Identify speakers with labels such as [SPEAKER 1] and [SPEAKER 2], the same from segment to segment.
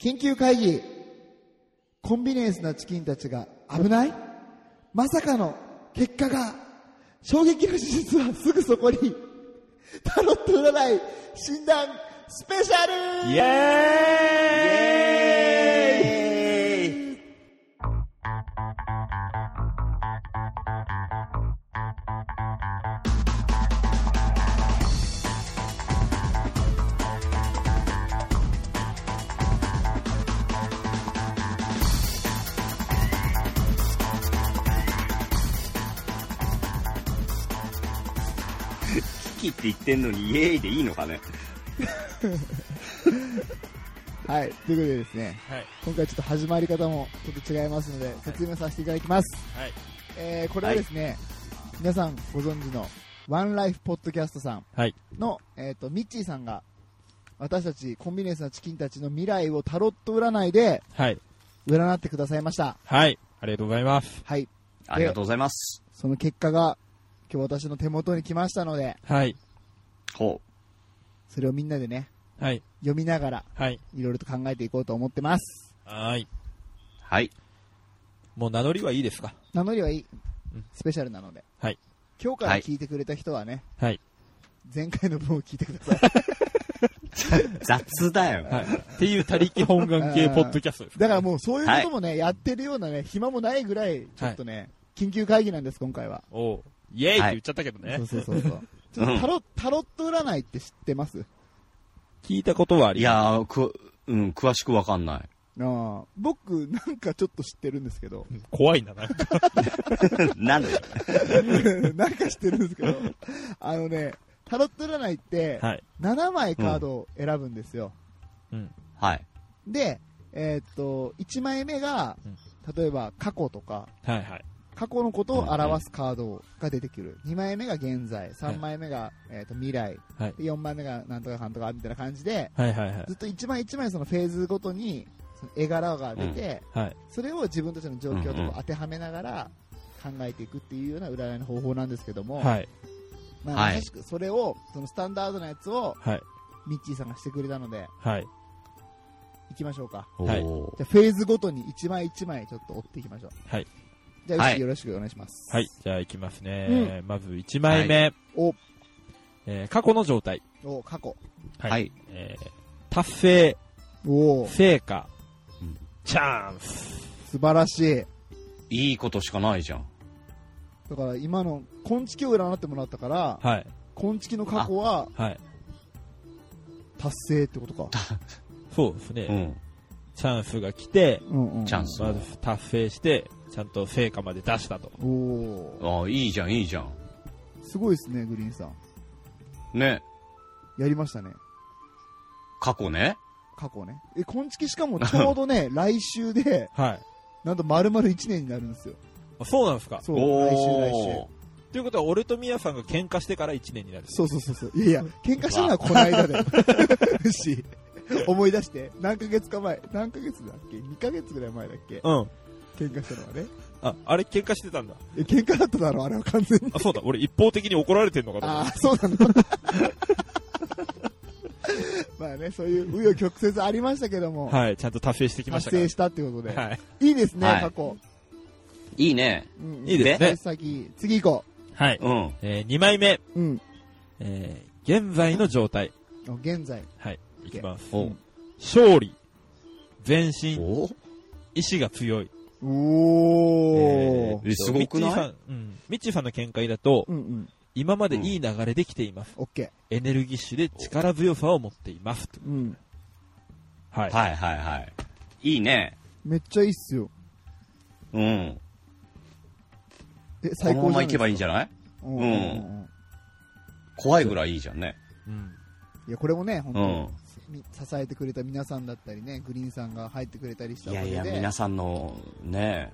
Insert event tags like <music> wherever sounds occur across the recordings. [SPEAKER 1] 緊急会議コンビニエンスなチキンたちが危ないまさかの結果が衝撃の事実はすぐそこにタロット占い診断スペシャル
[SPEAKER 2] イエーイキキって言ってんのにイエーイでいいのかね
[SPEAKER 1] はい、ということでですね、
[SPEAKER 3] はい。
[SPEAKER 1] 今回ちょっと始まり方もちょっと違いますので、説明させていただきます。
[SPEAKER 3] はい。
[SPEAKER 1] えー、これはですね、皆さんご存知のワンライフポッドキャストさん
[SPEAKER 3] はい。
[SPEAKER 1] の、えっ、と、ミッチーさんが、私たちコンビニエンスなチキンたちの未来をタロット占いで
[SPEAKER 3] はい。
[SPEAKER 1] 占ってくださいました。
[SPEAKER 3] はい。ありがとうございます。
[SPEAKER 1] はい、
[SPEAKER 2] ありがとうございます。
[SPEAKER 1] その結果が今日私の手元に来ましたので、
[SPEAKER 3] はい。
[SPEAKER 2] ほ
[SPEAKER 1] それをみんなでね、
[SPEAKER 3] はい。
[SPEAKER 1] 読みながら
[SPEAKER 3] はい。
[SPEAKER 1] いろいろと考えていこうと思ってます。
[SPEAKER 3] はい。
[SPEAKER 2] う。はい。
[SPEAKER 3] もう名乗りはいいですか
[SPEAKER 1] 名乗りはいい
[SPEAKER 3] うん。
[SPEAKER 1] スペシャルなので。
[SPEAKER 3] はい。
[SPEAKER 1] 今日から
[SPEAKER 2] はい
[SPEAKER 1] 聞いてくれた人はね、
[SPEAKER 3] はい。
[SPEAKER 1] 前回の分を聞いてください。
[SPEAKER 2] 雑だよ。
[SPEAKER 3] はい。っていう他力本願系ポッドキャストです。
[SPEAKER 1] だからもうそういうこともね、やってるようなね、暇もないぐらい、ちょっとね、緊急会議なんです、今回は。
[SPEAKER 3] おう。イエーイって言っちゃったけどね。
[SPEAKER 1] そうそうそうそう。ちょっとタロタロット占いって知ってます
[SPEAKER 3] 聞いたことはあ
[SPEAKER 2] い
[SPEAKER 3] りま
[SPEAKER 2] やー、く、うん、詳しくわかんない。
[SPEAKER 1] ああ僕、なんかちょっと知ってるんですけど、
[SPEAKER 3] す。怖いな、なんか。
[SPEAKER 2] <laughs> なんで
[SPEAKER 1] <laughs> なんか知ってるんですけど、あのね、タロット占いって、
[SPEAKER 3] はい。
[SPEAKER 1] 7枚カードを選ぶんですよ。
[SPEAKER 3] うん。
[SPEAKER 2] はい。
[SPEAKER 1] で、えーっと、1枚目が、例えば過去とか、
[SPEAKER 3] はいはい。
[SPEAKER 1] 過去のことを表すカードが出てくる。2枚目が現在、3枚目が、えーっと未来、
[SPEAKER 3] はい。
[SPEAKER 1] 4枚目がなんとかかんとかみたいな感じで、
[SPEAKER 3] はいはいはい
[SPEAKER 1] ず。っと一枚一枚そのフェーズごとにその絵柄が出て、
[SPEAKER 3] はい。
[SPEAKER 1] それを自分たちの状況と
[SPEAKER 2] うんう
[SPEAKER 1] こ
[SPEAKER 2] ん
[SPEAKER 1] う当てはめながら考えていくっていうような占いの方法なんですけども、
[SPEAKER 3] はい。
[SPEAKER 1] まあ、
[SPEAKER 2] はい
[SPEAKER 1] 優しくそれをそのスタンダードなやつを
[SPEAKER 3] はい。
[SPEAKER 1] ミッチーさんがしてくれたので
[SPEAKER 3] はい。
[SPEAKER 1] いきましょうか
[SPEAKER 2] お
[SPEAKER 3] はい
[SPEAKER 2] ー
[SPEAKER 1] じゃあフェーズごとに一枚一枚ちょっと追っていきましょう
[SPEAKER 3] はい
[SPEAKER 1] じゃあ、
[SPEAKER 2] は
[SPEAKER 1] う
[SPEAKER 2] い
[SPEAKER 1] ちよろしくお願いします
[SPEAKER 3] はい。じゃあ行きますね。まず1枚目。
[SPEAKER 1] お
[SPEAKER 3] えー過去の状態。
[SPEAKER 1] お過去
[SPEAKER 3] は
[SPEAKER 2] はい。
[SPEAKER 3] えー達成、
[SPEAKER 1] おお
[SPEAKER 3] 成果
[SPEAKER 2] うん、
[SPEAKER 3] チャンス。
[SPEAKER 1] 素晴らしい
[SPEAKER 2] いいことしかないじゃん。
[SPEAKER 1] だから今の昆虫を占ってもらったから
[SPEAKER 3] はい。
[SPEAKER 1] 昆虫の過去は
[SPEAKER 3] はい。
[SPEAKER 1] 達成ってことか
[SPEAKER 3] そうです
[SPEAKER 2] う
[SPEAKER 3] ね。
[SPEAKER 2] ん。
[SPEAKER 3] チャンスが来て、
[SPEAKER 1] うんうん
[SPEAKER 2] チャンス
[SPEAKER 3] まず達成して、ちゃんと成果まで出したと。
[SPEAKER 1] おお
[SPEAKER 2] ああ、いいじゃん、いいじゃん。
[SPEAKER 1] すごいですねグリーンさん
[SPEAKER 2] ね。
[SPEAKER 1] やりましたね
[SPEAKER 2] 過去ね。
[SPEAKER 1] 過去ねえ昆虫しかもちょうど
[SPEAKER 2] <laughs>
[SPEAKER 1] ね来週で
[SPEAKER 3] はい。
[SPEAKER 1] なんと丸々1年になるんですよ
[SPEAKER 3] あそうなんですか。
[SPEAKER 1] そう
[SPEAKER 2] お
[SPEAKER 1] 来週
[SPEAKER 2] ー
[SPEAKER 1] 来週
[SPEAKER 3] ということは、俺とミヤさんが喧嘩してから1年になる。
[SPEAKER 1] そうそうそうそういやいや喧嘩したのはこの間だよし思い出して何ヶ月か前何ヶ月だっけ2ヶ月ぐらい前だっけ
[SPEAKER 3] うん。
[SPEAKER 1] 喧嘩したのはね
[SPEAKER 3] あ、あれ喧嘩してたんだ。
[SPEAKER 1] え喧嘩だっただろあれは完全
[SPEAKER 3] <laughs>
[SPEAKER 1] に
[SPEAKER 3] あ、そうだ。俺一方的に怒られてんのかと思っ
[SPEAKER 1] あ
[SPEAKER 3] た。
[SPEAKER 1] あそうなの <laughs> まあねそういう紆余曲折ありましたけども、
[SPEAKER 3] はい。ちゃんと達成してきまし
[SPEAKER 1] 達
[SPEAKER 3] たから
[SPEAKER 1] 成。したってことで、
[SPEAKER 3] はい。
[SPEAKER 1] いいですね、
[SPEAKER 2] はい
[SPEAKER 1] 過去。
[SPEAKER 2] いいね。
[SPEAKER 1] うんうん
[SPEAKER 3] いいですね
[SPEAKER 1] 幸先、次行こ
[SPEAKER 3] はい。
[SPEAKER 2] うん。
[SPEAKER 3] えー、2枚目。
[SPEAKER 1] う。うん。
[SPEAKER 3] えー、現在の状態。
[SPEAKER 1] あ現在。
[SPEAKER 3] はい。いきます。
[SPEAKER 2] お
[SPEAKER 3] 勝利。前進。
[SPEAKER 2] お
[SPEAKER 3] 意志が強い。
[SPEAKER 1] おー。
[SPEAKER 2] えすごくない
[SPEAKER 3] ミッチーさん、うん。ミッチーさんの見解だと
[SPEAKER 1] う、んうん。
[SPEAKER 3] 今までいい流れで来ています。
[SPEAKER 1] オッケ
[SPEAKER 3] エネルギッシュで力強さを持っています。
[SPEAKER 1] ー。うん。
[SPEAKER 3] はい。
[SPEAKER 2] はいはいはい。いいね。
[SPEAKER 1] めっちゃいいっすよ。
[SPEAKER 2] うん。
[SPEAKER 1] え、
[SPEAKER 2] こ
[SPEAKER 1] 最
[SPEAKER 2] の
[SPEAKER 1] 高じゃ
[SPEAKER 2] まま
[SPEAKER 1] ない
[SPEAKER 2] 行けばいいん
[SPEAKER 1] じ
[SPEAKER 2] じゃない
[SPEAKER 1] ゃんうん
[SPEAKER 2] ん
[SPEAKER 1] うんうん。
[SPEAKER 2] 怖いぐらいいいじゃんね。
[SPEAKER 3] うん。
[SPEAKER 1] いや、これもね、本
[SPEAKER 2] う
[SPEAKER 1] 当
[SPEAKER 2] ん。
[SPEAKER 1] に支えてくれた皆さんだったりね、グリーンさんが入ってくれたりした
[SPEAKER 2] い
[SPEAKER 1] おか
[SPEAKER 2] や
[SPEAKER 1] げ
[SPEAKER 2] い
[SPEAKER 1] で
[SPEAKER 2] や、皆さんのね、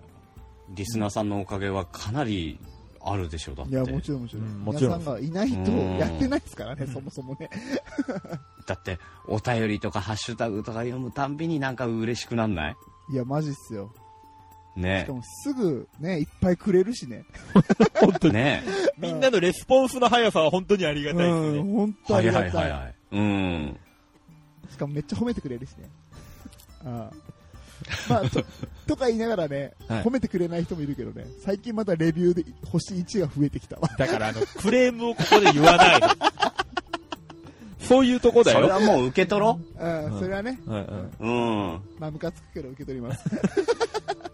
[SPEAKER 2] リスナーさんのおかげはかなりあるでしょ、だっ
[SPEAKER 1] いや、も
[SPEAKER 2] て。
[SPEAKER 1] ちろんもちろ
[SPEAKER 3] うん
[SPEAKER 1] ん。
[SPEAKER 3] も
[SPEAKER 1] 皆
[SPEAKER 3] ちろ
[SPEAKER 1] さ
[SPEAKER 3] ん
[SPEAKER 1] んがいないと
[SPEAKER 2] うん
[SPEAKER 1] やってないですからね、
[SPEAKER 3] うん
[SPEAKER 1] そもそもね。
[SPEAKER 2] だって、お便りとかハッシュタグとか読むたんびになんか嬉しくなんない
[SPEAKER 1] いや、マジっすよ。し
[SPEAKER 2] <laughs> ね
[SPEAKER 1] かもすぐね、いっぱいくれるしね。
[SPEAKER 3] 本当に。
[SPEAKER 2] ね
[SPEAKER 3] みんなのレスポンスの速さは本当にありが
[SPEAKER 1] う
[SPEAKER 3] たいですね。
[SPEAKER 1] ん、本当あ
[SPEAKER 2] はい
[SPEAKER 1] り
[SPEAKER 2] はい
[SPEAKER 1] が
[SPEAKER 2] は
[SPEAKER 1] た
[SPEAKER 2] い
[SPEAKER 1] い。
[SPEAKER 2] はい。うん。
[SPEAKER 1] しかもめっちゃ褒めてくれるしね。ああまあ、ととか言いながらね、
[SPEAKER 3] はい
[SPEAKER 1] 褒めてくれない人もいるけどね、最近またレビューで星1が増えてきたわ。
[SPEAKER 3] だからあの、クレームをここで言わないの。 <laughs> そういうとこだ
[SPEAKER 2] それ
[SPEAKER 3] よ。
[SPEAKER 2] はもう受け取ろ
[SPEAKER 1] うん、それはね、
[SPEAKER 3] うんうん
[SPEAKER 2] う。うん。 <laughs>
[SPEAKER 1] まあ、ムカつくけど受け取ります。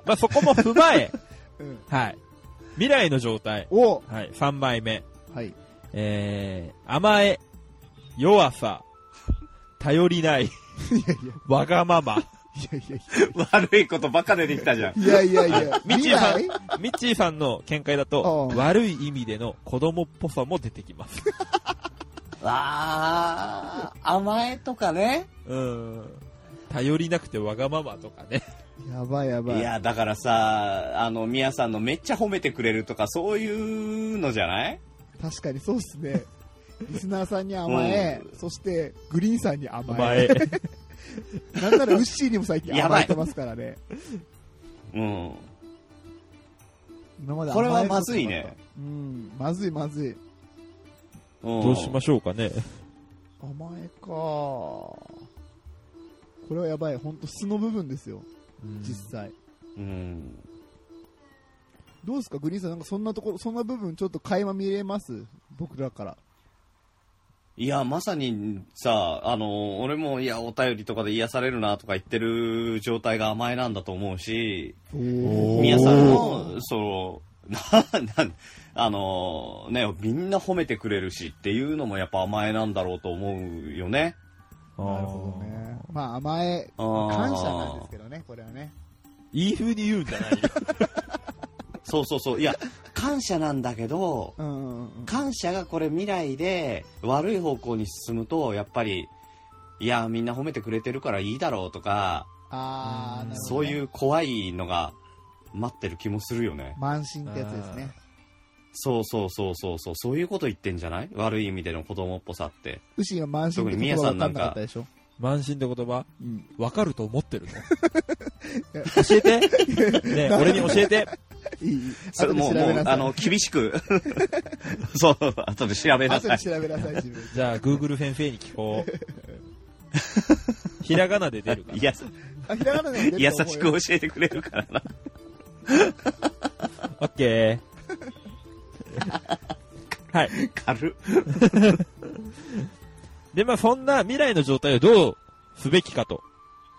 [SPEAKER 3] まあそこも踏ま <laughs> え、
[SPEAKER 1] うん、
[SPEAKER 3] はい。未来の状態。
[SPEAKER 1] お
[SPEAKER 3] はい、3枚目。
[SPEAKER 1] はい。
[SPEAKER 3] えー、甘え、弱さ、頼りない、わがまま。
[SPEAKER 1] いやいやいや。
[SPEAKER 2] 悪いことばっか出てきたじゃん。
[SPEAKER 1] いやいやいや、
[SPEAKER 3] みち
[SPEAKER 1] 未
[SPEAKER 3] ーさん
[SPEAKER 1] 来、
[SPEAKER 3] ミッチーさんの見解だと
[SPEAKER 1] あ、あ
[SPEAKER 3] 悪い意味での子供っぽさも出てきます。
[SPEAKER 2] <laughs> あー、甘えとかね。
[SPEAKER 3] うん。頼りなくてわがままとかね。
[SPEAKER 1] やばいや
[SPEAKER 2] い
[SPEAKER 1] ばい。
[SPEAKER 2] や、だからさ、あの、みやさんのめっちゃ褒めてくれるとか、そういうのじゃない
[SPEAKER 1] 確かにそうっすね。リスナーさんに甘え、そしてグリーンさんに甘
[SPEAKER 3] 甘
[SPEAKER 1] え。
[SPEAKER 3] え。
[SPEAKER 1] なんならウッシーにも最近
[SPEAKER 2] やば
[SPEAKER 1] 甘
[SPEAKER 2] い
[SPEAKER 1] えてますからね。
[SPEAKER 2] うん。
[SPEAKER 1] 今まで
[SPEAKER 2] これ
[SPEAKER 1] 甘
[SPEAKER 2] は
[SPEAKER 1] えると
[SPEAKER 2] まずいね
[SPEAKER 1] うん、まずいまずい。
[SPEAKER 2] ど
[SPEAKER 3] どうしましょうかね。
[SPEAKER 1] 甘えかこれはやばい。ほんと素の部分ですよ。実際。
[SPEAKER 2] うん。
[SPEAKER 1] どうですかグリーンさん、なんかそんなところ、そんな部分ちょっと垣間見れます僕らから。
[SPEAKER 2] いや、まさにさ、あの、俺も、いや、お便りとかで癒されるなとか言ってる状態が甘えなんだと思うし、
[SPEAKER 1] お
[SPEAKER 3] ー
[SPEAKER 2] みやさんの、そう、な、な、あの、ね、みんな褒めてくれるしっていうのもやっぱ甘えなんだろうと思うよね。
[SPEAKER 1] なるほどね。まあ甘え、まあ感謝なんですけどね、これはね。
[SPEAKER 3] いい風に言うんじゃないよ。
[SPEAKER 2] そうそうそう。いや、感謝なんだけど、
[SPEAKER 1] うんうんうん。
[SPEAKER 2] 感謝がこれ未来で悪い方向に進むと、やっぱり、いや、みんな褒めてくれてるからいいだろうとか、
[SPEAKER 1] あー、なるほどね
[SPEAKER 2] そういう怖いのが待ってる気もするよね。
[SPEAKER 1] 満身ってやつですね。
[SPEAKER 2] そうそうそうそうそう、そういうこと言ってんじゃない悪い意味での子供っぽさって。
[SPEAKER 1] ウシが満身って言葉わかんなかったでしょ。
[SPEAKER 3] 満身って言葉
[SPEAKER 1] うん。
[SPEAKER 3] わかると思ってるの教えてね
[SPEAKER 1] <laughs>
[SPEAKER 3] え俺に教えて
[SPEAKER 1] いいいい。
[SPEAKER 2] それ
[SPEAKER 1] 後で
[SPEAKER 2] も
[SPEAKER 1] 調
[SPEAKER 2] う、も
[SPEAKER 1] べ
[SPEAKER 2] う
[SPEAKER 1] な、さい。
[SPEAKER 2] あの、厳しく。 <laughs> そう、後で調べな
[SPEAKER 1] 後
[SPEAKER 2] さ
[SPEAKER 1] で
[SPEAKER 2] い。
[SPEAKER 1] 調べなさい、自分。
[SPEAKER 3] じゃあ、Google 先生に聞こう。ひらがなで出るから。
[SPEAKER 2] いや、
[SPEAKER 1] あ、ひらがなで
[SPEAKER 2] 優しく教えてくれるからな。
[SPEAKER 3] オッケー。はい。
[SPEAKER 2] 軽っ。
[SPEAKER 3] で、まあそんな未来の状態をどうすべきかと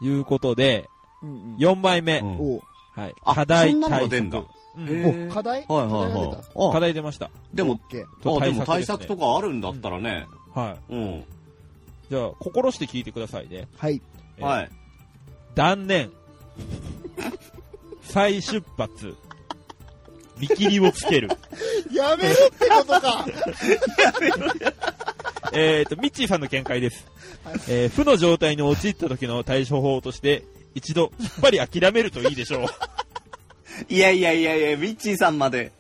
[SPEAKER 3] いうことで、
[SPEAKER 1] うんうん。
[SPEAKER 3] 4枚目。
[SPEAKER 2] うん
[SPEAKER 1] おう
[SPEAKER 3] はい。
[SPEAKER 2] あ
[SPEAKER 3] 課題
[SPEAKER 2] そんなの
[SPEAKER 3] 対
[SPEAKER 2] が出ん
[SPEAKER 3] 策
[SPEAKER 2] だ。
[SPEAKER 3] う
[SPEAKER 2] へー
[SPEAKER 3] ん
[SPEAKER 1] お、課題
[SPEAKER 2] はいはい
[SPEAKER 1] 課題が出
[SPEAKER 2] は
[SPEAKER 1] た
[SPEAKER 2] い。
[SPEAKER 3] 課題出ました。
[SPEAKER 2] でも
[SPEAKER 1] オッ、ケー
[SPEAKER 2] あでも対
[SPEAKER 3] 対
[SPEAKER 2] 策
[SPEAKER 3] 策ですね
[SPEAKER 2] とかあるんだったらね、
[SPEAKER 3] は
[SPEAKER 2] うん、
[SPEAKER 3] い。じゃあ、心して聞いてくださいね。
[SPEAKER 1] はい。
[SPEAKER 3] えー
[SPEAKER 2] はい、
[SPEAKER 3] 断念。再出発。見切りをつける。 <laughs>
[SPEAKER 1] やめるってことか
[SPEAKER 3] えっと、ミッチーさんの見解です
[SPEAKER 1] はい。
[SPEAKER 3] えー負の状態に陥った時の対処法として、一度、すっぱり諦めるといいでしょう。
[SPEAKER 2] いやいやいやいや、ミッチーさんまで、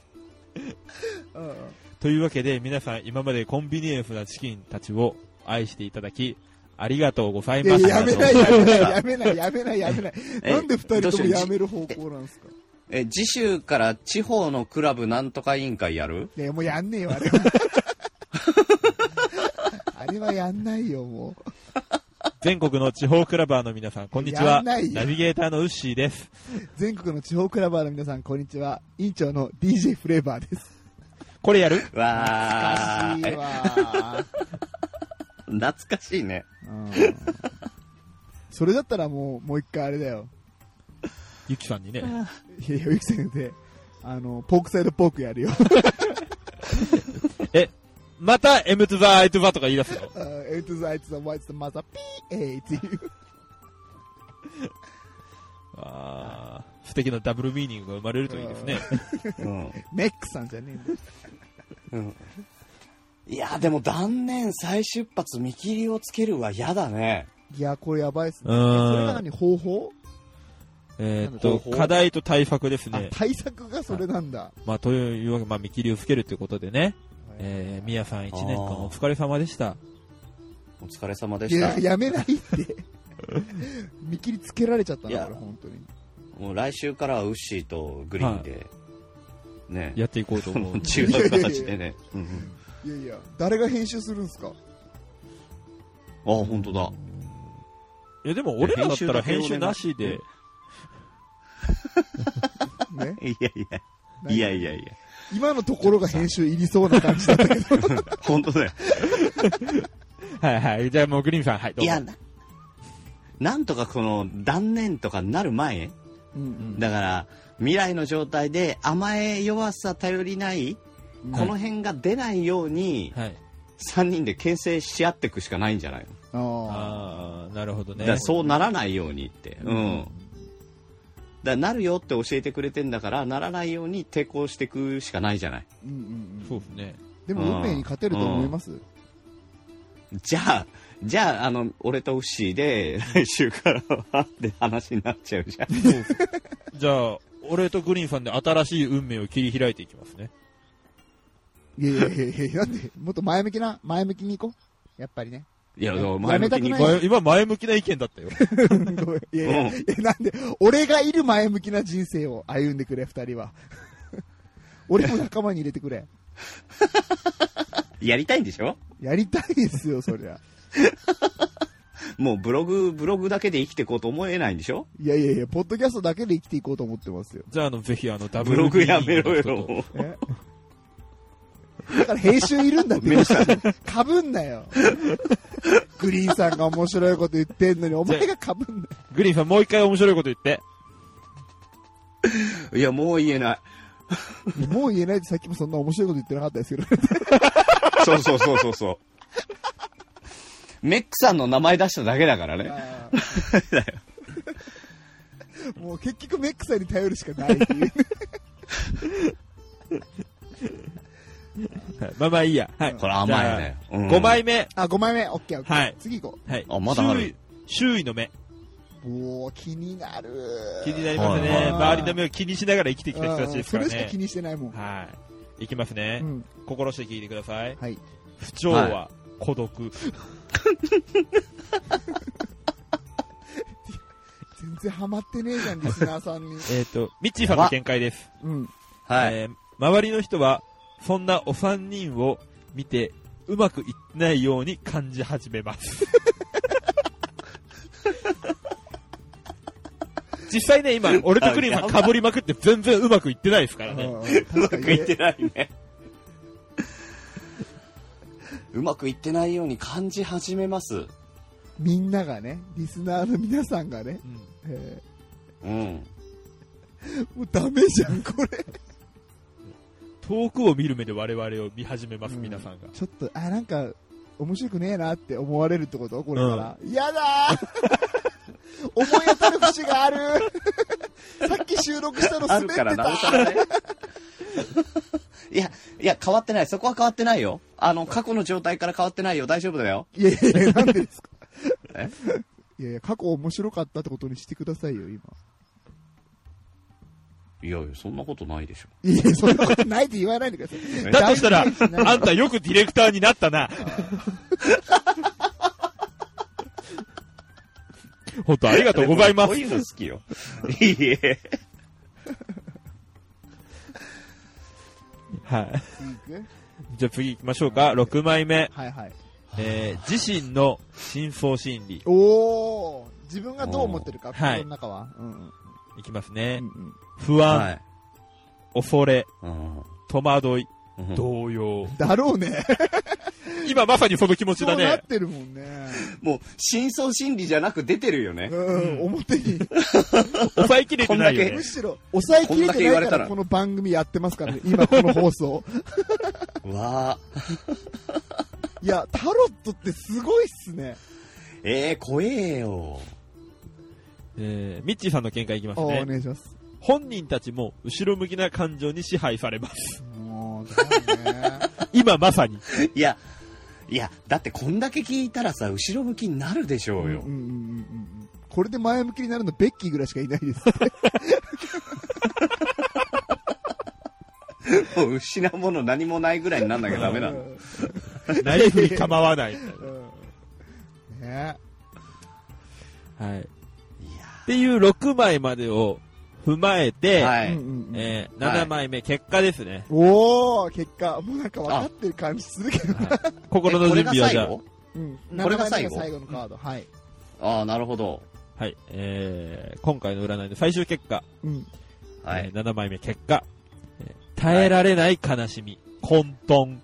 [SPEAKER 1] うんうん
[SPEAKER 3] というわけで、皆さん、今までコンビニエンスなチキンたちを愛していただき、ありがとうござい
[SPEAKER 1] い
[SPEAKER 3] ま
[SPEAKER 1] や
[SPEAKER 3] した。
[SPEAKER 1] やめない、やめない、やめない、やめない、やめない。
[SPEAKER 2] え
[SPEAKER 1] なんで二人
[SPEAKER 2] どう
[SPEAKER 1] と
[SPEAKER 2] し
[SPEAKER 1] も
[SPEAKER 2] よう
[SPEAKER 1] やめる方向なんですか
[SPEAKER 2] え次週から地方のクラブなんとか委員会やる
[SPEAKER 1] いや、もうやんねえよ、あれは。あれはやんないよ、もう。
[SPEAKER 3] 全国の地方クラバーの皆さん、こんにち
[SPEAKER 1] や
[SPEAKER 3] は。
[SPEAKER 1] んないよ
[SPEAKER 3] ナビゲーターのウッシーです。
[SPEAKER 1] 全国の地方クラバーの皆さん、こんにちは。委員長の DJ フレーバーです。
[SPEAKER 3] これやる
[SPEAKER 2] わ
[SPEAKER 1] 懐かしい
[SPEAKER 2] ー、
[SPEAKER 1] わ。
[SPEAKER 2] 懐かしいね。
[SPEAKER 1] うんそれだったらもう、もう一回あれだよ。
[SPEAKER 3] ゆきさんにね。
[SPEAKER 1] いやいや、ゆき先生、あの、ポークサイドポークやるよ。 <laughs>
[SPEAKER 3] え、また、エムトゥザー、イトゥザーとか言い出すの
[SPEAKER 1] あーエイトザイトザワイトザマザピーエイっていう。
[SPEAKER 3] あー素敵なダブルミーニングが生まれるといいですね。
[SPEAKER 2] うん
[SPEAKER 1] メックさんじゃねえんだよ。
[SPEAKER 2] うん、いや、でも断念、再出発、見切りをつけるは嫌だね。
[SPEAKER 1] いや、これやばいっすね。
[SPEAKER 3] うーん
[SPEAKER 1] それなのに方法
[SPEAKER 3] えーっ
[SPEAKER 2] 方
[SPEAKER 3] と、
[SPEAKER 2] 法
[SPEAKER 3] 課題と対策です
[SPEAKER 1] あ
[SPEAKER 3] ね、。
[SPEAKER 1] 対策がそれなんだ。
[SPEAKER 3] まあ、というわけで、まあ、見切りをつけるということでね。えー、みやさん1年間
[SPEAKER 2] あー
[SPEAKER 3] お疲れ様でした。
[SPEAKER 2] お疲れ様で
[SPEAKER 1] い
[SPEAKER 2] した
[SPEAKER 1] や、。やめない
[SPEAKER 2] <laughs>
[SPEAKER 1] って。見切りつけられちゃった
[SPEAKER 2] いや
[SPEAKER 1] な、これ、本当に。
[SPEAKER 2] もう来週からはウッシーとグリーンで、ね、
[SPEAKER 3] やっていこう
[SPEAKER 2] <laughs>
[SPEAKER 3] と思う。
[SPEAKER 2] 違う形でね。うんうん
[SPEAKER 1] いやいや、誰が編集するんすか
[SPEAKER 2] あ、本当だ。
[SPEAKER 3] いや、でも俺らだったら編
[SPEAKER 2] 編
[SPEAKER 3] 集
[SPEAKER 2] 集
[SPEAKER 3] な
[SPEAKER 2] だけ
[SPEAKER 3] しで、
[SPEAKER 1] ね。
[SPEAKER 2] いやいや。いやいやいや。
[SPEAKER 1] 今のところが編集いりそうな感じだったけど。
[SPEAKER 2] 本当だよ。
[SPEAKER 3] はいはい。じゃあもうグリーンさん、はい、ど
[SPEAKER 2] いう
[SPEAKER 3] ぞ
[SPEAKER 2] や、ななんとかこの断念とかなる前、
[SPEAKER 1] うん
[SPEAKER 2] だから未来の状態で甘え、弱さ、頼りない、この辺が出ないように、
[SPEAKER 3] はい。
[SPEAKER 2] 3人で牽制し合っていくしかないんじゃないの、
[SPEAKER 1] うん。ああ。
[SPEAKER 3] ああ、なるほど
[SPEAKER 2] だ
[SPEAKER 3] ね
[SPEAKER 2] か。らそうならないようにって。うん。だからなるよって教えてくれてんだから、ならないように抵抗していくしかないじゃない。
[SPEAKER 1] うんうんう
[SPEAKER 3] そ
[SPEAKER 1] ん。
[SPEAKER 3] うですね。
[SPEAKER 1] でも運命に勝てると思います
[SPEAKER 2] じゃあ、じゃあ、あの、俺とウッシーで、 <laughs> 来週からは、って話になっちゃうじゃん。
[SPEAKER 3] じゃあ、俺とグリーンさんで新しい運命を切り開いていきますね。
[SPEAKER 1] いやいやいやいやだって、もっと前向きな、前向きに行こう。やっぱりね。
[SPEAKER 2] いや、
[SPEAKER 1] や
[SPEAKER 2] でも前向きに
[SPEAKER 1] やめたくない
[SPEAKER 3] 前今、前向きな意見だったよ。
[SPEAKER 1] ごめんいやいや
[SPEAKER 2] うん
[SPEAKER 1] いや、なんで、俺がいる前向きな人生を歩んでくれ、二人は。 <laughs> 俺も仲間に入れてくれ。
[SPEAKER 2] やりたいんでしょ
[SPEAKER 1] やりたいですよ、そりゃ。
[SPEAKER 2] もうブログ、ブログだけで生きていこうと思えないんでしょ
[SPEAKER 1] いやいやいや、ポッドキャストだけで生きていこうと思ってますよ。
[SPEAKER 3] じゃあ、あの、ぜひ、あの、ダブ
[SPEAKER 2] ブ
[SPEAKER 3] ル
[SPEAKER 2] ログやめろ
[SPEAKER 3] B の人と
[SPEAKER 2] よ。
[SPEAKER 1] えだから編集いるんだって。かぶんなよ。グリーンさんが面白いこと言ってんのに、お前がかぶんなよ。
[SPEAKER 3] グリーンさん、もう一回面白いこと言って。
[SPEAKER 2] いや、もう言えない。
[SPEAKER 1] もう言えないでさっきもそんな面白いこと言ってなかったですけど。
[SPEAKER 2] そうそうそうそうそう。メックさんの名前出しただけだからね。
[SPEAKER 1] もう結局メックさんに頼るしかないって
[SPEAKER 3] <laughs>
[SPEAKER 1] いう。
[SPEAKER 3] はいまあまあいいや。はい。
[SPEAKER 2] これ甘いね。うん
[SPEAKER 3] 5枚目。
[SPEAKER 1] あ、5枚目、オッケーオッケー。
[SPEAKER 3] はい
[SPEAKER 1] 次行こ
[SPEAKER 3] はい。
[SPEAKER 2] あまだある
[SPEAKER 3] 周囲。周囲の目。
[SPEAKER 1] う。おー、気になる。
[SPEAKER 3] 気になります
[SPEAKER 2] は
[SPEAKER 3] ね。
[SPEAKER 2] い
[SPEAKER 3] 周りの目を気にしながら生きてきた人たち
[SPEAKER 1] う
[SPEAKER 3] で
[SPEAKER 1] ん
[SPEAKER 3] す
[SPEAKER 1] そ
[SPEAKER 3] か
[SPEAKER 1] れ
[SPEAKER 3] ら
[SPEAKER 1] しか気
[SPEAKER 3] ね。
[SPEAKER 1] にしてないもん。
[SPEAKER 3] はい。いきますね
[SPEAKER 1] う。ん。
[SPEAKER 3] 心して聞いてください。
[SPEAKER 1] はい。
[SPEAKER 3] 不調は孤独。
[SPEAKER 1] 全然ハマってねえじゃん、リスナーさんに。
[SPEAKER 3] えっと、ミッチーさんの見解です。
[SPEAKER 1] うん。
[SPEAKER 2] はい。
[SPEAKER 3] えー周りの人は、そんなお三人を見て、うまくいってないように感じ始めます。実際ね、今、俺とクリーンは被りまくって全然うまくいってないですから <laughs> ね。
[SPEAKER 1] う
[SPEAKER 2] うまくいってないね。 <laughs> うまくいってないように感じ始めます。
[SPEAKER 1] みんながね、リスナーの皆さんがね、
[SPEAKER 3] うん
[SPEAKER 1] え
[SPEAKER 2] うん。
[SPEAKER 1] ーもうダメじゃん、これ。
[SPEAKER 3] 遠くを見る目で我々を見始めます、
[SPEAKER 1] うん
[SPEAKER 3] 皆さんが。
[SPEAKER 1] ちょっと、あ、なんか、面白くねえなって思われるってことこれから。やだ <laughs> ー思い当たる節があるさっき収録したの滑
[SPEAKER 2] あ
[SPEAKER 1] っ
[SPEAKER 2] る
[SPEAKER 1] て
[SPEAKER 2] から、
[SPEAKER 1] た
[SPEAKER 2] なおさらね。 <laughs> いや、いや、変わってない。そこは変わってないよ。あの、過去の状態から変わってないよ。大丈夫だよ。
[SPEAKER 1] いやいやいや、なんでですか
[SPEAKER 2] え
[SPEAKER 1] いやいや、過去面白かったってことにしてくださいよ、今。
[SPEAKER 2] いやいや、そんなことないでしょ。
[SPEAKER 1] いやいや、そんなことないって言わないで <laughs> ください。
[SPEAKER 3] だとしたら
[SPEAKER 1] 大事にしない、で
[SPEAKER 3] あんたよくディレクターになったな。本当ありがとうございま
[SPEAKER 2] こう
[SPEAKER 3] す。
[SPEAKER 2] いうの好きよ。いいえ。
[SPEAKER 3] はい。
[SPEAKER 1] 次行く
[SPEAKER 3] じゃあ次行きましょうか。6枚目。
[SPEAKER 1] はいはい。
[SPEAKER 3] えー、自身の真相心理。
[SPEAKER 1] おー、自分がどう思ってるか、
[SPEAKER 3] おーはい
[SPEAKER 1] 心の中は。うんうん
[SPEAKER 3] いきますね
[SPEAKER 1] う。ん
[SPEAKER 3] 不安、
[SPEAKER 2] はい。
[SPEAKER 3] 恐れ、
[SPEAKER 2] うん
[SPEAKER 3] 戸惑い、
[SPEAKER 2] うん
[SPEAKER 3] 動揺
[SPEAKER 1] う。んだろうね。
[SPEAKER 3] 今まさにその気持ち
[SPEAKER 1] そ
[SPEAKER 3] だ
[SPEAKER 1] うなっ
[SPEAKER 3] ね。
[SPEAKER 1] てるもんね。
[SPEAKER 2] もう、真相心理じゃなく出てるよね。
[SPEAKER 1] うん、表に。
[SPEAKER 3] 抑えきれてないよ
[SPEAKER 2] こん
[SPEAKER 3] ね
[SPEAKER 1] む。しろ、抑えきれて
[SPEAKER 2] こんだけ言わ
[SPEAKER 1] な
[SPEAKER 2] れ
[SPEAKER 1] い
[SPEAKER 2] た
[SPEAKER 1] から
[SPEAKER 2] ら
[SPEAKER 1] この番組やってますからね、今この放
[SPEAKER 2] <laughs>
[SPEAKER 1] 送。
[SPEAKER 2] わあ。
[SPEAKER 1] いや、タロットってすごいっすね。
[SPEAKER 2] ええ怖えよ。
[SPEAKER 3] えー、ミッチーさんの見解いきます
[SPEAKER 1] おー
[SPEAKER 3] ね
[SPEAKER 1] お。願いします。
[SPEAKER 3] 本人たちも後ろ向きな感情に支配されます。 <laughs>
[SPEAKER 1] もう、だよね。
[SPEAKER 3] 今まさに。
[SPEAKER 2] いや、いや、だってこんだけ聞いたらさ、後ろ向きになるでしょうよ
[SPEAKER 1] うん。うんうんうんうんこれで前向きになるのベッキーぐらいしかいないです。
[SPEAKER 2] もう失うもの何もないぐらいになんなきゃダメな
[SPEAKER 1] う
[SPEAKER 2] の。
[SPEAKER 1] ん
[SPEAKER 3] ないふり構わない。
[SPEAKER 1] うんね
[SPEAKER 3] は
[SPEAKER 2] い
[SPEAKER 3] い。っ
[SPEAKER 2] や
[SPEAKER 3] ていう6枚までを踏まえて、
[SPEAKER 2] は
[SPEAKER 1] え
[SPEAKER 2] い。
[SPEAKER 3] えー、7枚目、結果ですね。
[SPEAKER 1] おー、結果、もうなんか分かってる感じするけど、
[SPEAKER 3] 心の準備はじゃあ
[SPEAKER 2] えこれが最後
[SPEAKER 1] うん、
[SPEAKER 2] これが最後
[SPEAKER 1] 7枚目が最後のカード、はい。
[SPEAKER 2] ああ、なるほど。
[SPEAKER 3] はい、えー、今回の占いの最終結果、
[SPEAKER 1] うん。
[SPEAKER 2] は
[SPEAKER 3] え
[SPEAKER 2] い。
[SPEAKER 3] ー7枚目結果、えー耐えられない悲しみ、混沌。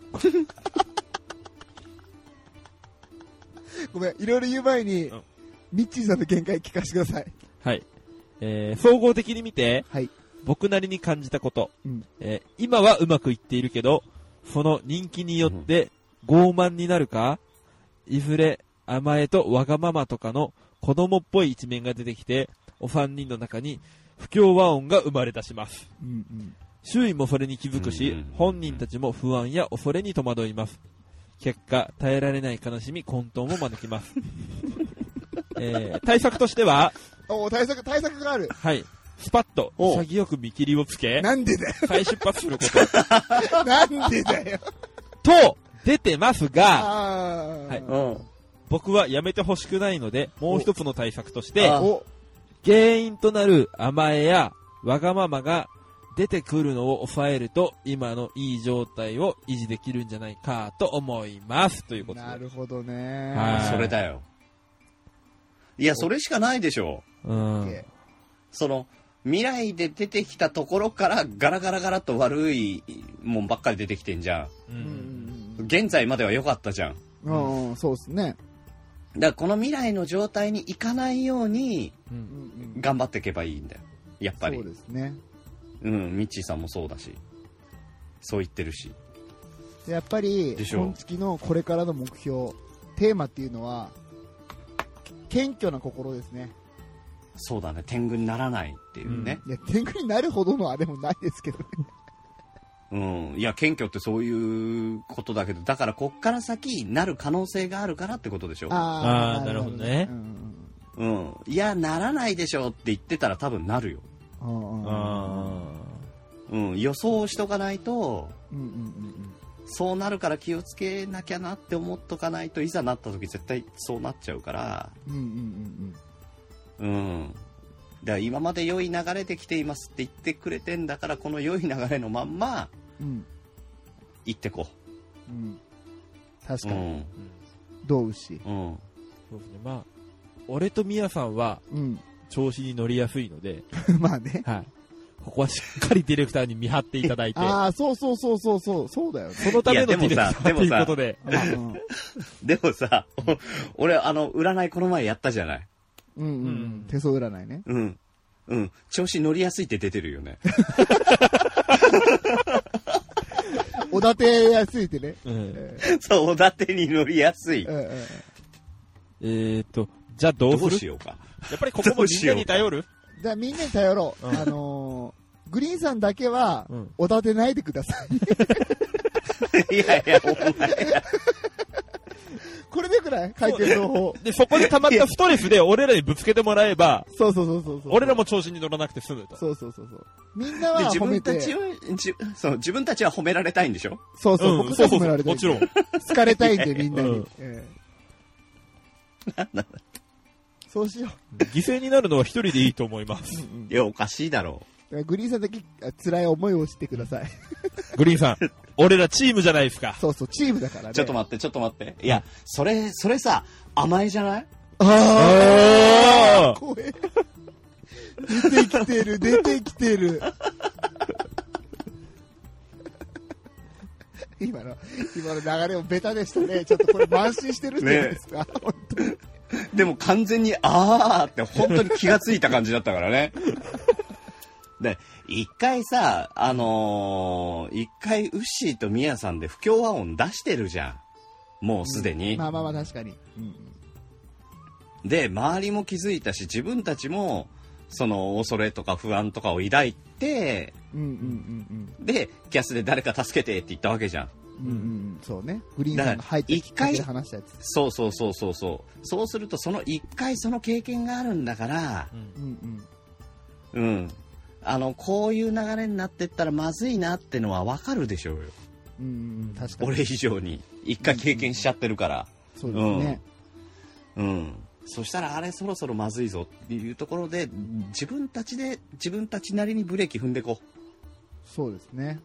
[SPEAKER 1] ごめん、いろいろ言う前に
[SPEAKER 3] うん、
[SPEAKER 1] ミッチーさんの見解聞かせてください。
[SPEAKER 3] はい。えー、総合的に見て、
[SPEAKER 1] はい。
[SPEAKER 3] 僕なりに感じたこと、
[SPEAKER 1] うん
[SPEAKER 3] えー今はうまくいっているけど、その人気によって傲慢になるか、いずれ甘えとわがままとかの子供っぽい一面が出てきて、お三人の中に不協和音が生まれ出します。
[SPEAKER 1] うんうん。
[SPEAKER 3] 周囲もそれに気づく
[SPEAKER 2] う
[SPEAKER 3] し
[SPEAKER 2] ん、
[SPEAKER 3] 本人たちも不安や恐れに戸惑います。結果、耐えられない悲しみ、混沌を招き
[SPEAKER 2] <laughs>
[SPEAKER 3] ます。えー対策としては、
[SPEAKER 1] おー対策、対策がある。
[SPEAKER 3] はい、スパッと
[SPEAKER 1] おう
[SPEAKER 3] 潔く見切りをつけ、
[SPEAKER 1] なんでだよ。
[SPEAKER 3] 再出発すること。 <laughs>
[SPEAKER 1] なんでだよ。
[SPEAKER 2] <laughs>
[SPEAKER 3] と、出てますが、
[SPEAKER 1] あー。
[SPEAKER 3] はい
[SPEAKER 2] うん。
[SPEAKER 3] 僕はやめてほしくないので、もう一つの対策として、
[SPEAKER 2] あ
[SPEAKER 1] お、
[SPEAKER 3] 原因となる甘えやわがままが出てくるのを抑えると、今のいい状態を維持できるんじゃないかと思います。ということで。
[SPEAKER 1] なるほどね。
[SPEAKER 3] はい
[SPEAKER 2] それだよ。いや、それしかないでしょ
[SPEAKER 3] う
[SPEAKER 1] オ
[SPEAKER 3] ん
[SPEAKER 1] ッ。ケ
[SPEAKER 2] その、未来で出てきたところからガラガラガラと悪いもんばっかり出てきてんじゃ
[SPEAKER 3] う
[SPEAKER 1] ーうん
[SPEAKER 3] ん
[SPEAKER 2] ん。現在までは良かったじゃん。だ
[SPEAKER 1] う
[SPEAKER 2] か
[SPEAKER 1] んうん。うん、そうですね。
[SPEAKER 2] らこの未来の状態に行かないように
[SPEAKER 3] う
[SPEAKER 1] うんん
[SPEAKER 2] 頑張っていけばいいんだよ。やっぱり。
[SPEAKER 1] そうですね。
[SPEAKER 2] うん、ミッチーさんもそうだし。そう言ってるし。
[SPEAKER 1] やっぱり、
[SPEAKER 2] でしょ
[SPEAKER 1] 本月のこれからの目標、テーマっていうのは、け謙虚な心ですね。
[SPEAKER 2] そうだね、天狗にならないっていうね。
[SPEAKER 1] いや、天狗になるほどのあれもないですけどね。
[SPEAKER 2] うん。いや、謙虚ってそういうことだけど、だからこっから先、なる可能性があるからってことでしょ。
[SPEAKER 1] あ
[SPEAKER 3] あーなるほどね
[SPEAKER 1] うん
[SPEAKER 2] うん。いや、ならないでしょって言ってたら多分なるよ。
[SPEAKER 1] うんうん。
[SPEAKER 3] あ
[SPEAKER 2] うん。予想しとかないと、
[SPEAKER 1] うんうんうん
[SPEAKER 2] そうなるから気をつけなきゃなって思っとかないといざなった時絶対そうなっちゃうから
[SPEAKER 1] うん。うんうんうん
[SPEAKER 2] うんだから今まで良い流れで来ていますって言ってくれてんだからこの良い流れのまんま
[SPEAKER 1] うん。うん
[SPEAKER 2] 行ってこ
[SPEAKER 1] うん。確
[SPEAKER 2] う
[SPEAKER 1] か
[SPEAKER 2] う
[SPEAKER 1] に。
[SPEAKER 2] ん
[SPEAKER 3] ーうん
[SPEAKER 1] どうし。
[SPEAKER 2] うん
[SPEAKER 3] そうですね。まあ、俺とミヤさんは
[SPEAKER 1] うん。 <laughs>
[SPEAKER 3] 調子に乗りやすいので、
[SPEAKER 1] まあね。
[SPEAKER 3] はい。ここはしっかりディレクターに見張っていただいて、
[SPEAKER 1] ああ、そうそうそうそうそう、そうだよね。
[SPEAKER 3] そのため
[SPEAKER 2] い
[SPEAKER 3] の
[SPEAKER 2] やで
[SPEAKER 3] ディ
[SPEAKER 2] も
[SPEAKER 3] レクタ
[SPEAKER 2] さ
[SPEAKER 3] ーということで、
[SPEAKER 1] まあうん
[SPEAKER 2] でもさ <laughs> お俺あの占いこの前やったじゃない
[SPEAKER 1] うんうんう
[SPEAKER 3] うんん。
[SPEAKER 1] 手相占いね。
[SPEAKER 2] うんうん調子乗りやすいって出てるよね <laughs>
[SPEAKER 1] おだてやすいてね。
[SPEAKER 3] うん
[SPEAKER 1] え
[SPEAKER 2] そうおだてに乗りやすい
[SPEAKER 1] ーうんうん
[SPEAKER 3] えーっと、じゃあ
[SPEAKER 2] ど
[SPEAKER 3] どうす
[SPEAKER 2] う
[SPEAKER 3] る
[SPEAKER 2] しようか <laughs>
[SPEAKER 3] やっぱりここもみんなに頼る
[SPEAKER 1] じゃあみんなに頼ろう。
[SPEAKER 3] うん
[SPEAKER 1] あのー、グリーンさんだけは
[SPEAKER 3] うん、
[SPEAKER 1] おだてないでください。 <laughs>
[SPEAKER 2] いやいやお前
[SPEAKER 1] これでくらい解決方法。
[SPEAKER 3] で、そこで溜まったストレスで俺らにぶつけてもらえば、
[SPEAKER 1] そうそうそうそうそう。
[SPEAKER 3] 俺らも調子に乗らなくて済むと。
[SPEAKER 1] そうそうそうそう。みんなは
[SPEAKER 2] で自
[SPEAKER 1] 褒め
[SPEAKER 2] 分た
[SPEAKER 1] て。
[SPEAKER 2] ちはじそう自分たちは褒められたいんでしょ
[SPEAKER 1] そうそう、
[SPEAKER 3] ん
[SPEAKER 1] 僕が褒められて
[SPEAKER 3] もちろん。
[SPEAKER 1] 好かれたいんで、みんなに。
[SPEAKER 3] うん
[SPEAKER 1] ええそうしよ
[SPEAKER 3] <laughs> 犠牲になるのは一人でいいと思います。
[SPEAKER 1] う。うんうん
[SPEAKER 2] いやおかしいだろう
[SPEAKER 1] だからグリーンさんだけあ辛い思いをしてください。
[SPEAKER 3] グリーンさ
[SPEAKER 1] <laughs>
[SPEAKER 3] ん、俺らチームじゃないですか。
[SPEAKER 1] そうそう、チームだからね。
[SPEAKER 2] ちょっと待って、ちょっと待って。いや、それ、それさ、甘えじゃない
[SPEAKER 1] あ
[SPEAKER 3] あ
[SPEAKER 1] ー怖え。出てきてる、出てきてる。今の、今の流れもベタでしたね。ちょっとこれ慢心してるんじゃないですか。本当に
[SPEAKER 2] でも完全に、あーって本当に気がついた感じだったからね。で、一回さ、あのー一回、ウッシーとミヤさんで不協和音出してるじゃん。もうすでに。
[SPEAKER 1] まあまあまあ確かに。うん
[SPEAKER 2] で、周りも気づいたし、自分たちも、その、恐れとか不安とかを抱いて、
[SPEAKER 1] うんうんうん
[SPEAKER 2] で、キャスで誰か助けてって言ったわけじゃん。
[SPEAKER 1] うん。うんうんうん。そうね。グリーンさんが入ってきっかけで話したやつ。
[SPEAKER 2] そうそうそうそうそう。そうすると、その一回その経験があるんだから、
[SPEAKER 1] うんうん。
[SPEAKER 2] うん。あの、こういう流れになってったらまずいなってのはわかるでしょうよ。
[SPEAKER 1] うんうんうん、確かに。
[SPEAKER 2] 俺以上に。一回経験しちゃってるから。
[SPEAKER 1] そうですね。
[SPEAKER 2] うん。そしたら、あれそろそろまずいぞっていうところで、自分たちで、自分たちなりにブレーキ踏んでこ
[SPEAKER 1] そうですね。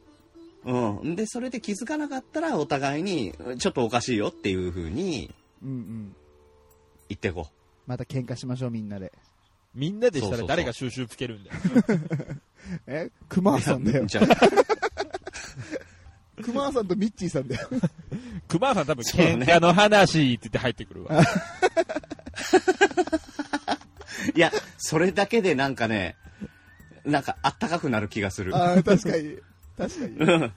[SPEAKER 2] う。うん。で、それで気づかなかったら、お互いに、ちょっとおかしいよっていう風に
[SPEAKER 1] うん
[SPEAKER 2] 言ってこう。
[SPEAKER 1] また喧嘩しましょう、みんなで。
[SPEAKER 3] みんなでした
[SPEAKER 2] そうそうそ
[SPEAKER 3] ら
[SPEAKER 2] う
[SPEAKER 3] 誰が収集つけるんだよ。 <laughs>
[SPEAKER 1] え熊さんだよ。
[SPEAKER 2] <laughs> じゃあ
[SPEAKER 1] 熊さんとミッチーさんだよ。
[SPEAKER 3] 熊川さん多分、
[SPEAKER 2] そうだ
[SPEAKER 3] 喧
[SPEAKER 2] ね
[SPEAKER 3] 嘩の話って言って入ってくる
[SPEAKER 2] <laughs>
[SPEAKER 3] わ。
[SPEAKER 2] いや、それだけでなんかね、なんかあったかくなる気がする。
[SPEAKER 1] ああ、確かに。確かに。
[SPEAKER 2] うん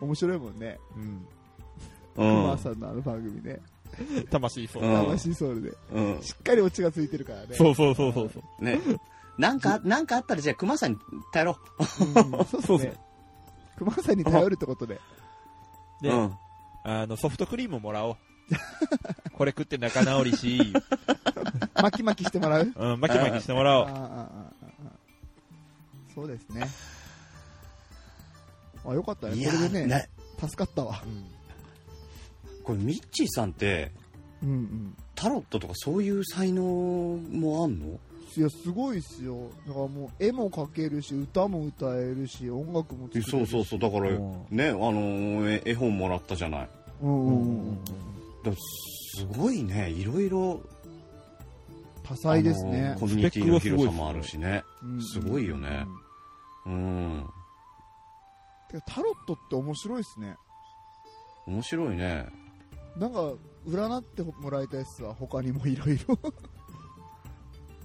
[SPEAKER 1] 面白いもんね。
[SPEAKER 3] うん。
[SPEAKER 2] うん
[SPEAKER 1] 熊さんのあの番組ね。
[SPEAKER 3] 魂そうう。
[SPEAKER 2] ん
[SPEAKER 1] 魂ソウルで。
[SPEAKER 2] うん。
[SPEAKER 1] しっかりオチがついてるからね。
[SPEAKER 3] そうそうそうそうそう。
[SPEAKER 2] ね。なんか、なんかあったらじゃあ熊さんに頼ろ
[SPEAKER 1] うんそうっ
[SPEAKER 3] そう
[SPEAKER 1] す
[SPEAKER 3] そ
[SPEAKER 1] ね
[SPEAKER 3] う。
[SPEAKER 1] 熊さんに頼るってことで。
[SPEAKER 2] う。
[SPEAKER 3] で、
[SPEAKER 2] うん。
[SPEAKER 3] あの、ソフトクリームもらおう。 <laughs> これ食って仲直りし、 <laughs>
[SPEAKER 1] 巻き巻きしてもらう
[SPEAKER 3] うん、巻き巻きしても
[SPEAKER 1] あ
[SPEAKER 3] ら
[SPEAKER 1] あ
[SPEAKER 3] お
[SPEAKER 1] あ
[SPEAKER 3] う。
[SPEAKER 1] あああそうですね。あ、よかった
[SPEAKER 2] い
[SPEAKER 1] ね。
[SPEAKER 2] や
[SPEAKER 1] これで
[SPEAKER 2] ー、
[SPEAKER 1] ね、
[SPEAKER 2] ね、
[SPEAKER 1] 助かったわ。
[SPEAKER 2] これミッチーさんって、
[SPEAKER 1] うんうん。
[SPEAKER 2] タロットとかそういう才能もあんの
[SPEAKER 1] いや、すごいっすよ。だからもう、絵も描けるし、歌も歌えるし、音楽も作れ
[SPEAKER 2] え
[SPEAKER 1] るし。
[SPEAKER 2] そうそうそう、だから、
[SPEAKER 3] うん
[SPEAKER 2] ね、あのーえ絵本もらったじゃない。
[SPEAKER 1] うんうんうんうん。
[SPEAKER 2] だすごいね、いろいろ、
[SPEAKER 1] 多彩です
[SPEAKER 2] あの
[SPEAKER 1] ね
[SPEAKER 2] ー。コミュニティの広さもあるしね。
[SPEAKER 1] うん
[SPEAKER 2] すごいよね
[SPEAKER 1] うん
[SPEAKER 2] うん。
[SPEAKER 1] てかタロットって面白いっすね。
[SPEAKER 2] 面白いね。
[SPEAKER 1] なんか、占ってもらいたいっすわ。他にもいろい
[SPEAKER 2] <laughs>
[SPEAKER 1] ろ。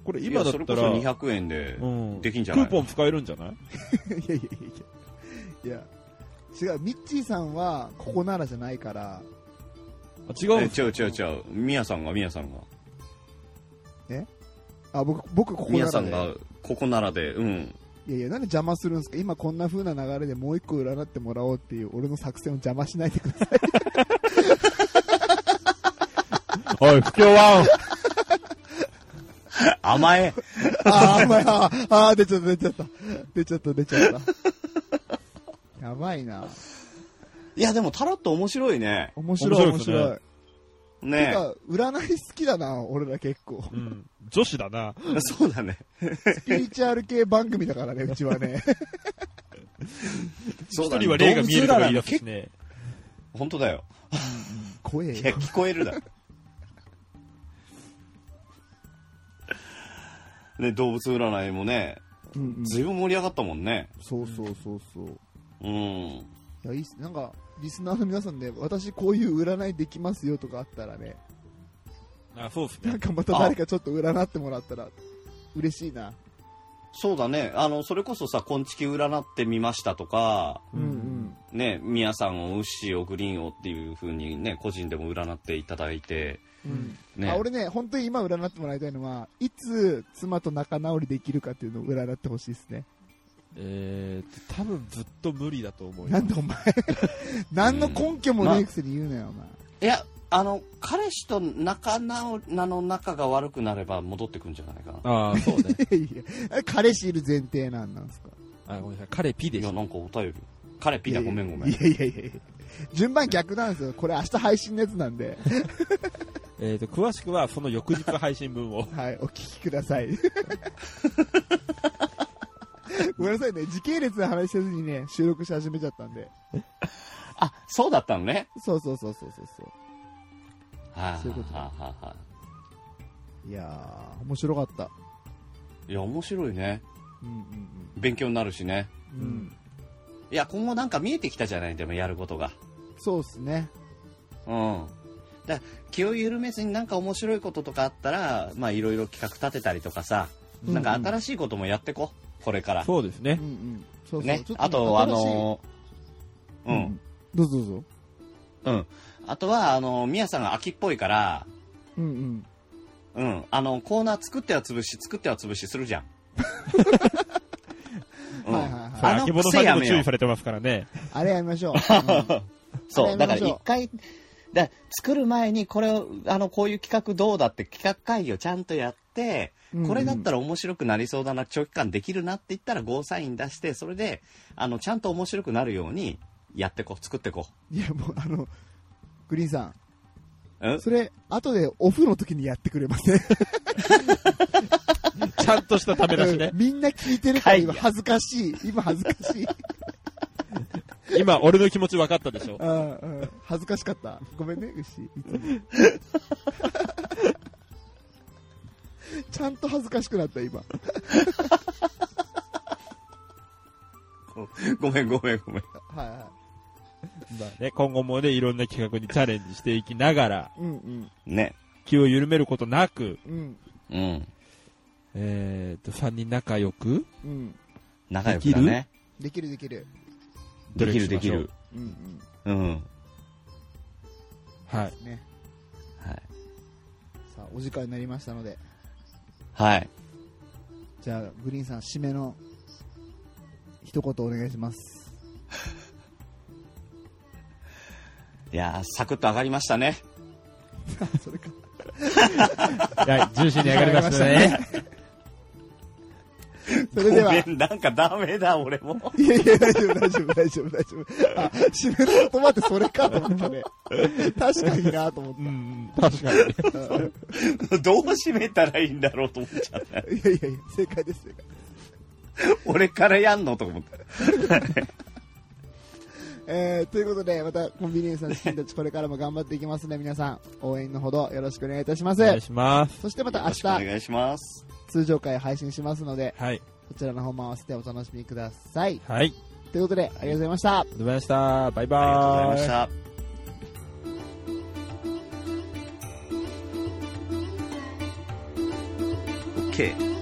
[SPEAKER 3] これ
[SPEAKER 2] い
[SPEAKER 3] 今
[SPEAKER 2] や
[SPEAKER 3] だっ
[SPEAKER 2] それ
[SPEAKER 3] た
[SPEAKER 2] こ
[SPEAKER 3] ら、
[SPEAKER 2] そ200円で
[SPEAKER 3] うん
[SPEAKER 2] できんじゃない
[SPEAKER 3] クーポン使えるんじゃない
[SPEAKER 1] いやいやいやいや。いや、違う、ミッチーさんは、ここならじゃないから、
[SPEAKER 3] あ違うん
[SPEAKER 2] え
[SPEAKER 3] です
[SPEAKER 2] 違う違う違う。みやさんが、みやさんが。
[SPEAKER 1] あ、僕、僕ここな
[SPEAKER 2] みや
[SPEAKER 1] ら
[SPEAKER 2] さ
[SPEAKER 1] で、
[SPEAKER 2] んが、ここならで、うん。
[SPEAKER 1] いやいや、なんで邪魔するんですか今こんな風な流れでもう一個占ってもらおうっていう、俺の作戦を邪魔しないでください。
[SPEAKER 3] おい、不協和音
[SPEAKER 2] 甘え <laughs>
[SPEAKER 1] あー、お前、あーあー、出ちゃった、出ちゃった。出ちゃった、出ちゃった。 <laughs> やばいな。
[SPEAKER 2] いや、でもタロット面白いね。
[SPEAKER 1] 面白い、面
[SPEAKER 3] 面白い
[SPEAKER 1] 白い。て
[SPEAKER 2] ね
[SPEAKER 1] か、占い好きだな、俺ら結
[SPEAKER 2] <laughs>
[SPEAKER 1] 構。
[SPEAKER 3] うん。女子だな。
[SPEAKER 2] そうだね。
[SPEAKER 1] スピリチュアル系番組だからね、うちはね。
[SPEAKER 2] そう
[SPEAKER 3] 一
[SPEAKER 2] だね
[SPEAKER 3] 人は霊が見えるとか言い出
[SPEAKER 2] 動物占
[SPEAKER 3] す
[SPEAKER 2] い
[SPEAKER 3] しね。
[SPEAKER 2] 本当だよ。
[SPEAKER 1] 怖え
[SPEAKER 2] いや、
[SPEAKER 1] よ。
[SPEAKER 2] 聞こえるだ <laughs> ろ。ね、動物占いもね、
[SPEAKER 1] うんうん
[SPEAKER 2] ずいぶん盛り上がったもんね。
[SPEAKER 1] そうそうそうそう。
[SPEAKER 2] うん。
[SPEAKER 1] いや、いいっす。なんか、リスナーの皆さんで、私こういう占いできますよとかあったらね、
[SPEAKER 3] あ、そうです
[SPEAKER 1] な
[SPEAKER 3] ね
[SPEAKER 1] ん。かまた誰かちょっと占ってもらったら、嬉しいな。
[SPEAKER 2] そうだね。あの、それこそさ、昆虫占ってみましたとか、
[SPEAKER 1] うんうん。
[SPEAKER 2] ね、ミヤさんを、ウッシーを、グリーンをっていう風にね、個人でも占っていただいて、
[SPEAKER 1] うん
[SPEAKER 2] ね。
[SPEAKER 1] あ俺ね、本当に今占ってもらいたいのは、いつ妻と仲直りできるかっていうのを占ってほしいですね。
[SPEAKER 3] えーと、多分ずっと無理だと思うよ
[SPEAKER 1] なんでお前、何の根拠もねえくせに言うなよ、お前。
[SPEAKER 2] いや、あの、彼氏と仲直り、あの、仲が悪くなれば戻ってくんじゃないかな。
[SPEAKER 3] ああ、そうね。
[SPEAKER 1] <laughs> いやいや彼氏いる前提なんなんですか。
[SPEAKER 3] あ、ごめんなさい。彼 P で
[SPEAKER 2] い
[SPEAKER 3] し
[SPEAKER 2] や、
[SPEAKER 3] た。
[SPEAKER 2] なんかお便り。彼ピだ、ごめんごめ
[SPEAKER 1] い。
[SPEAKER 2] ん
[SPEAKER 1] やいやいやいや順番逆なんですよ。これ明日配信のやつなんで、。
[SPEAKER 3] えーと、詳しくはその翌日配信分を
[SPEAKER 1] <laughs> はい、お聞きくださ <laughs> い。ごめんなさいね、時系列の話せずにね、収録し始めちゃったんで。
[SPEAKER 2] あ、そうだったのね。
[SPEAKER 1] そうそうそうそうそうそ
[SPEAKER 2] は
[SPEAKER 1] そういうこと
[SPEAKER 2] ははは
[SPEAKER 1] う。いやー、面白かった。
[SPEAKER 2] いや、面白いね。
[SPEAKER 1] うん
[SPEAKER 2] 勉強になるしね。
[SPEAKER 1] うんうん。うん、
[SPEAKER 2] いや、今後なんか見えてきたじゃない、でもやることが。
[SPEAKER 1] そうっすね。
[SPEAKER 2] うん。だ気を緩めずになんか面白いこととかあったら、まあいろいろ企画立てたりとかさ、
[SPEAKER 1] うん
[SPEAKER 2] なんか新しいこともやってこ、これから。
[SPEAKER 3] そうです
[SPEAKER 1] う
[SPEAKER 3] ね
[SPEAKER 1] ん。うん。そうそう。
[SPEAKER 2] ね
[SPEAKER 1] ちょ。っ
[SPEAKER 2] あと、あ
[SPEAKER 1] 新しい
[SPEAKER 2] のー、うん。。
[SPEAKER 1] どうぞどうぞ。
[SPEAKER 2] うん。あとは、あの、みやさんが秋っぽいから、
[SPEAKER 1] うんうん。
[SPEAKER 2] うん。あの、コーナー作っては潰し、作っては潰しするじゃん。う
[SPEAKER 1] <laughs>
[SPEAKER 2] ん
[SPEAKER 1] はいはいはい
[SPEAKER 2] あの
[SPEAKER 3] 秋物さんにも注意されてますからね。 <laughs>
[SPEAKER 1] あれやりまし <laughs> ょう。うん
[SPEAKER 2] そ
[SPEAKER 1] や
[SPEAKER 2] う。
[SPEAKER 1] めま
[SPEAKER 2] だから
[SPEAKER 1] しょう
[SPEAKER 2] 一回、だ作る前にこれを、あの、こういう企画どうだって企画会議をちゃんとやって、これだったら面白くなりそうだな、長期間できるなって言ったらゴーサイン出して、それで、あの、ちゃんと面白くなるようにやってこう、作ってこ
[SPEAKER 1] いや、もうあの、グリーンさん。
[SPEAKER 2] う。うん
[SPEAKER 1] それ、後でオフの時にやってくれません
[SPEAKER 3] ちゃんとし
[SPEAKER 1] <laughs>。
[SPEAKER 3] たため出しね
[SPEAKER 1] みんな聞いてるから
[SPEAKER 2] 会議
[SPEAKER 1] 今
[SPEAKER 2] や
[SPEAKER 1] 恥ずかしい。今恥ずかしい。
[SPEAKER 3] 今、俺の気持ち分かったでしょ。
[SPEAKER 1] あーうん恥ずかしかった。ごめんね、牛。いつもちゃんと恥ずかしくなった、今。
[SPEAKER 2] ごめんごめんごめん。
[SPEAKER 1] はいは
[SPEAKER 3] ね、今後もね、いろんな企画にチャレンジしていきながら、
[SPEAKER 1] い。うん
[SPEAKER 2] ね。
[SPEAKER 3] 気を緩めることなく、
[SPEAKER 1] うん。うん。
[SPEAKER 2] うん。
[SPEAKER 3] えー、と、3人仲良く、
[SPEAKER 1] うん。
[SPEAKER 2] 仲良くだね。
[SPEAKER 1] できるできる。
[SPEAKER 2] できる
[SPEAKER 3] 努
[SPEAKER 2] で
[SPEAKER 3] 力
[SPEAKER 2] き
[SPEAKER 3] しましょう
[SPEAKER 2] る。
[SPEAKER 1] うん
[SPEAKER 2] うん。
[SPEAKER 3] はい。
[SPEAKER 1] うん。ね。
[SPEAKER 2] はい。
[SPEAKER 1] さあ、お時間になりましたので。
[SPEAKER 2] はい。
[SPEAKER 1] じゃあ、グリーンさん、締めの一言お願いします。
[SPEAKER 2] いやー、サクッと上がりましたね。
[SPEAKER 1] それか。
[SPEAKER 3] はい、ジューシーに上がりましたね。
[SPEAKER 1] それでは。
[SPEAKER 2] ごめん、なんかダメだ、俺も。 <laughs>
[SPEAKER 1] いやいや、大丈夫、大丈夫、大丈夫、大丈夫。あ、締めの言葉ってそれかと思ったね。確かになと思っ
[SPEAKER 3] うん、確かに。
[SPEAKER 1] た。うん
[SPEAKER 2] どう締めたらいいんだろうと思っちゃった。
[SPEAKER 1] いやいやいや、正解です、正解。
[SPEAKER 2] 俺からやんのと思った。
[SPEAKER 1] えー、ということで、またコンビニエンスの資金たちこれからも頑張っていきますので、皆さん、応援のほどよろしくお願いいたしま
[SPEAKER 3] お願
[SPEAKER 1] す
[SPEAKER 3] い。します。
[SPEAKER 1] そしてまた
[SPEAKER 2] よ
[SPEAKER 1] 明
[SPEAKER 2] ろしくお
[SPEAKER 1] 日、
[SPEAKER 2] 願いします。
[SPEAKER 1] 通常回配信しますので、
[SPEAKER 3] はい。
[SPEAKER 1] そちらの方も合わせてお楽しみください。
[SPEAKER 3] はい。
[SPEAKER 1] ということで、ありがとうございました。
[SPEAKER 3] どうもありがとうございました。バイバ
[SPEAKER 2] あ
[SPEAKER 3] ーイ。
[SPEAKER 2] りがとうございました。OK。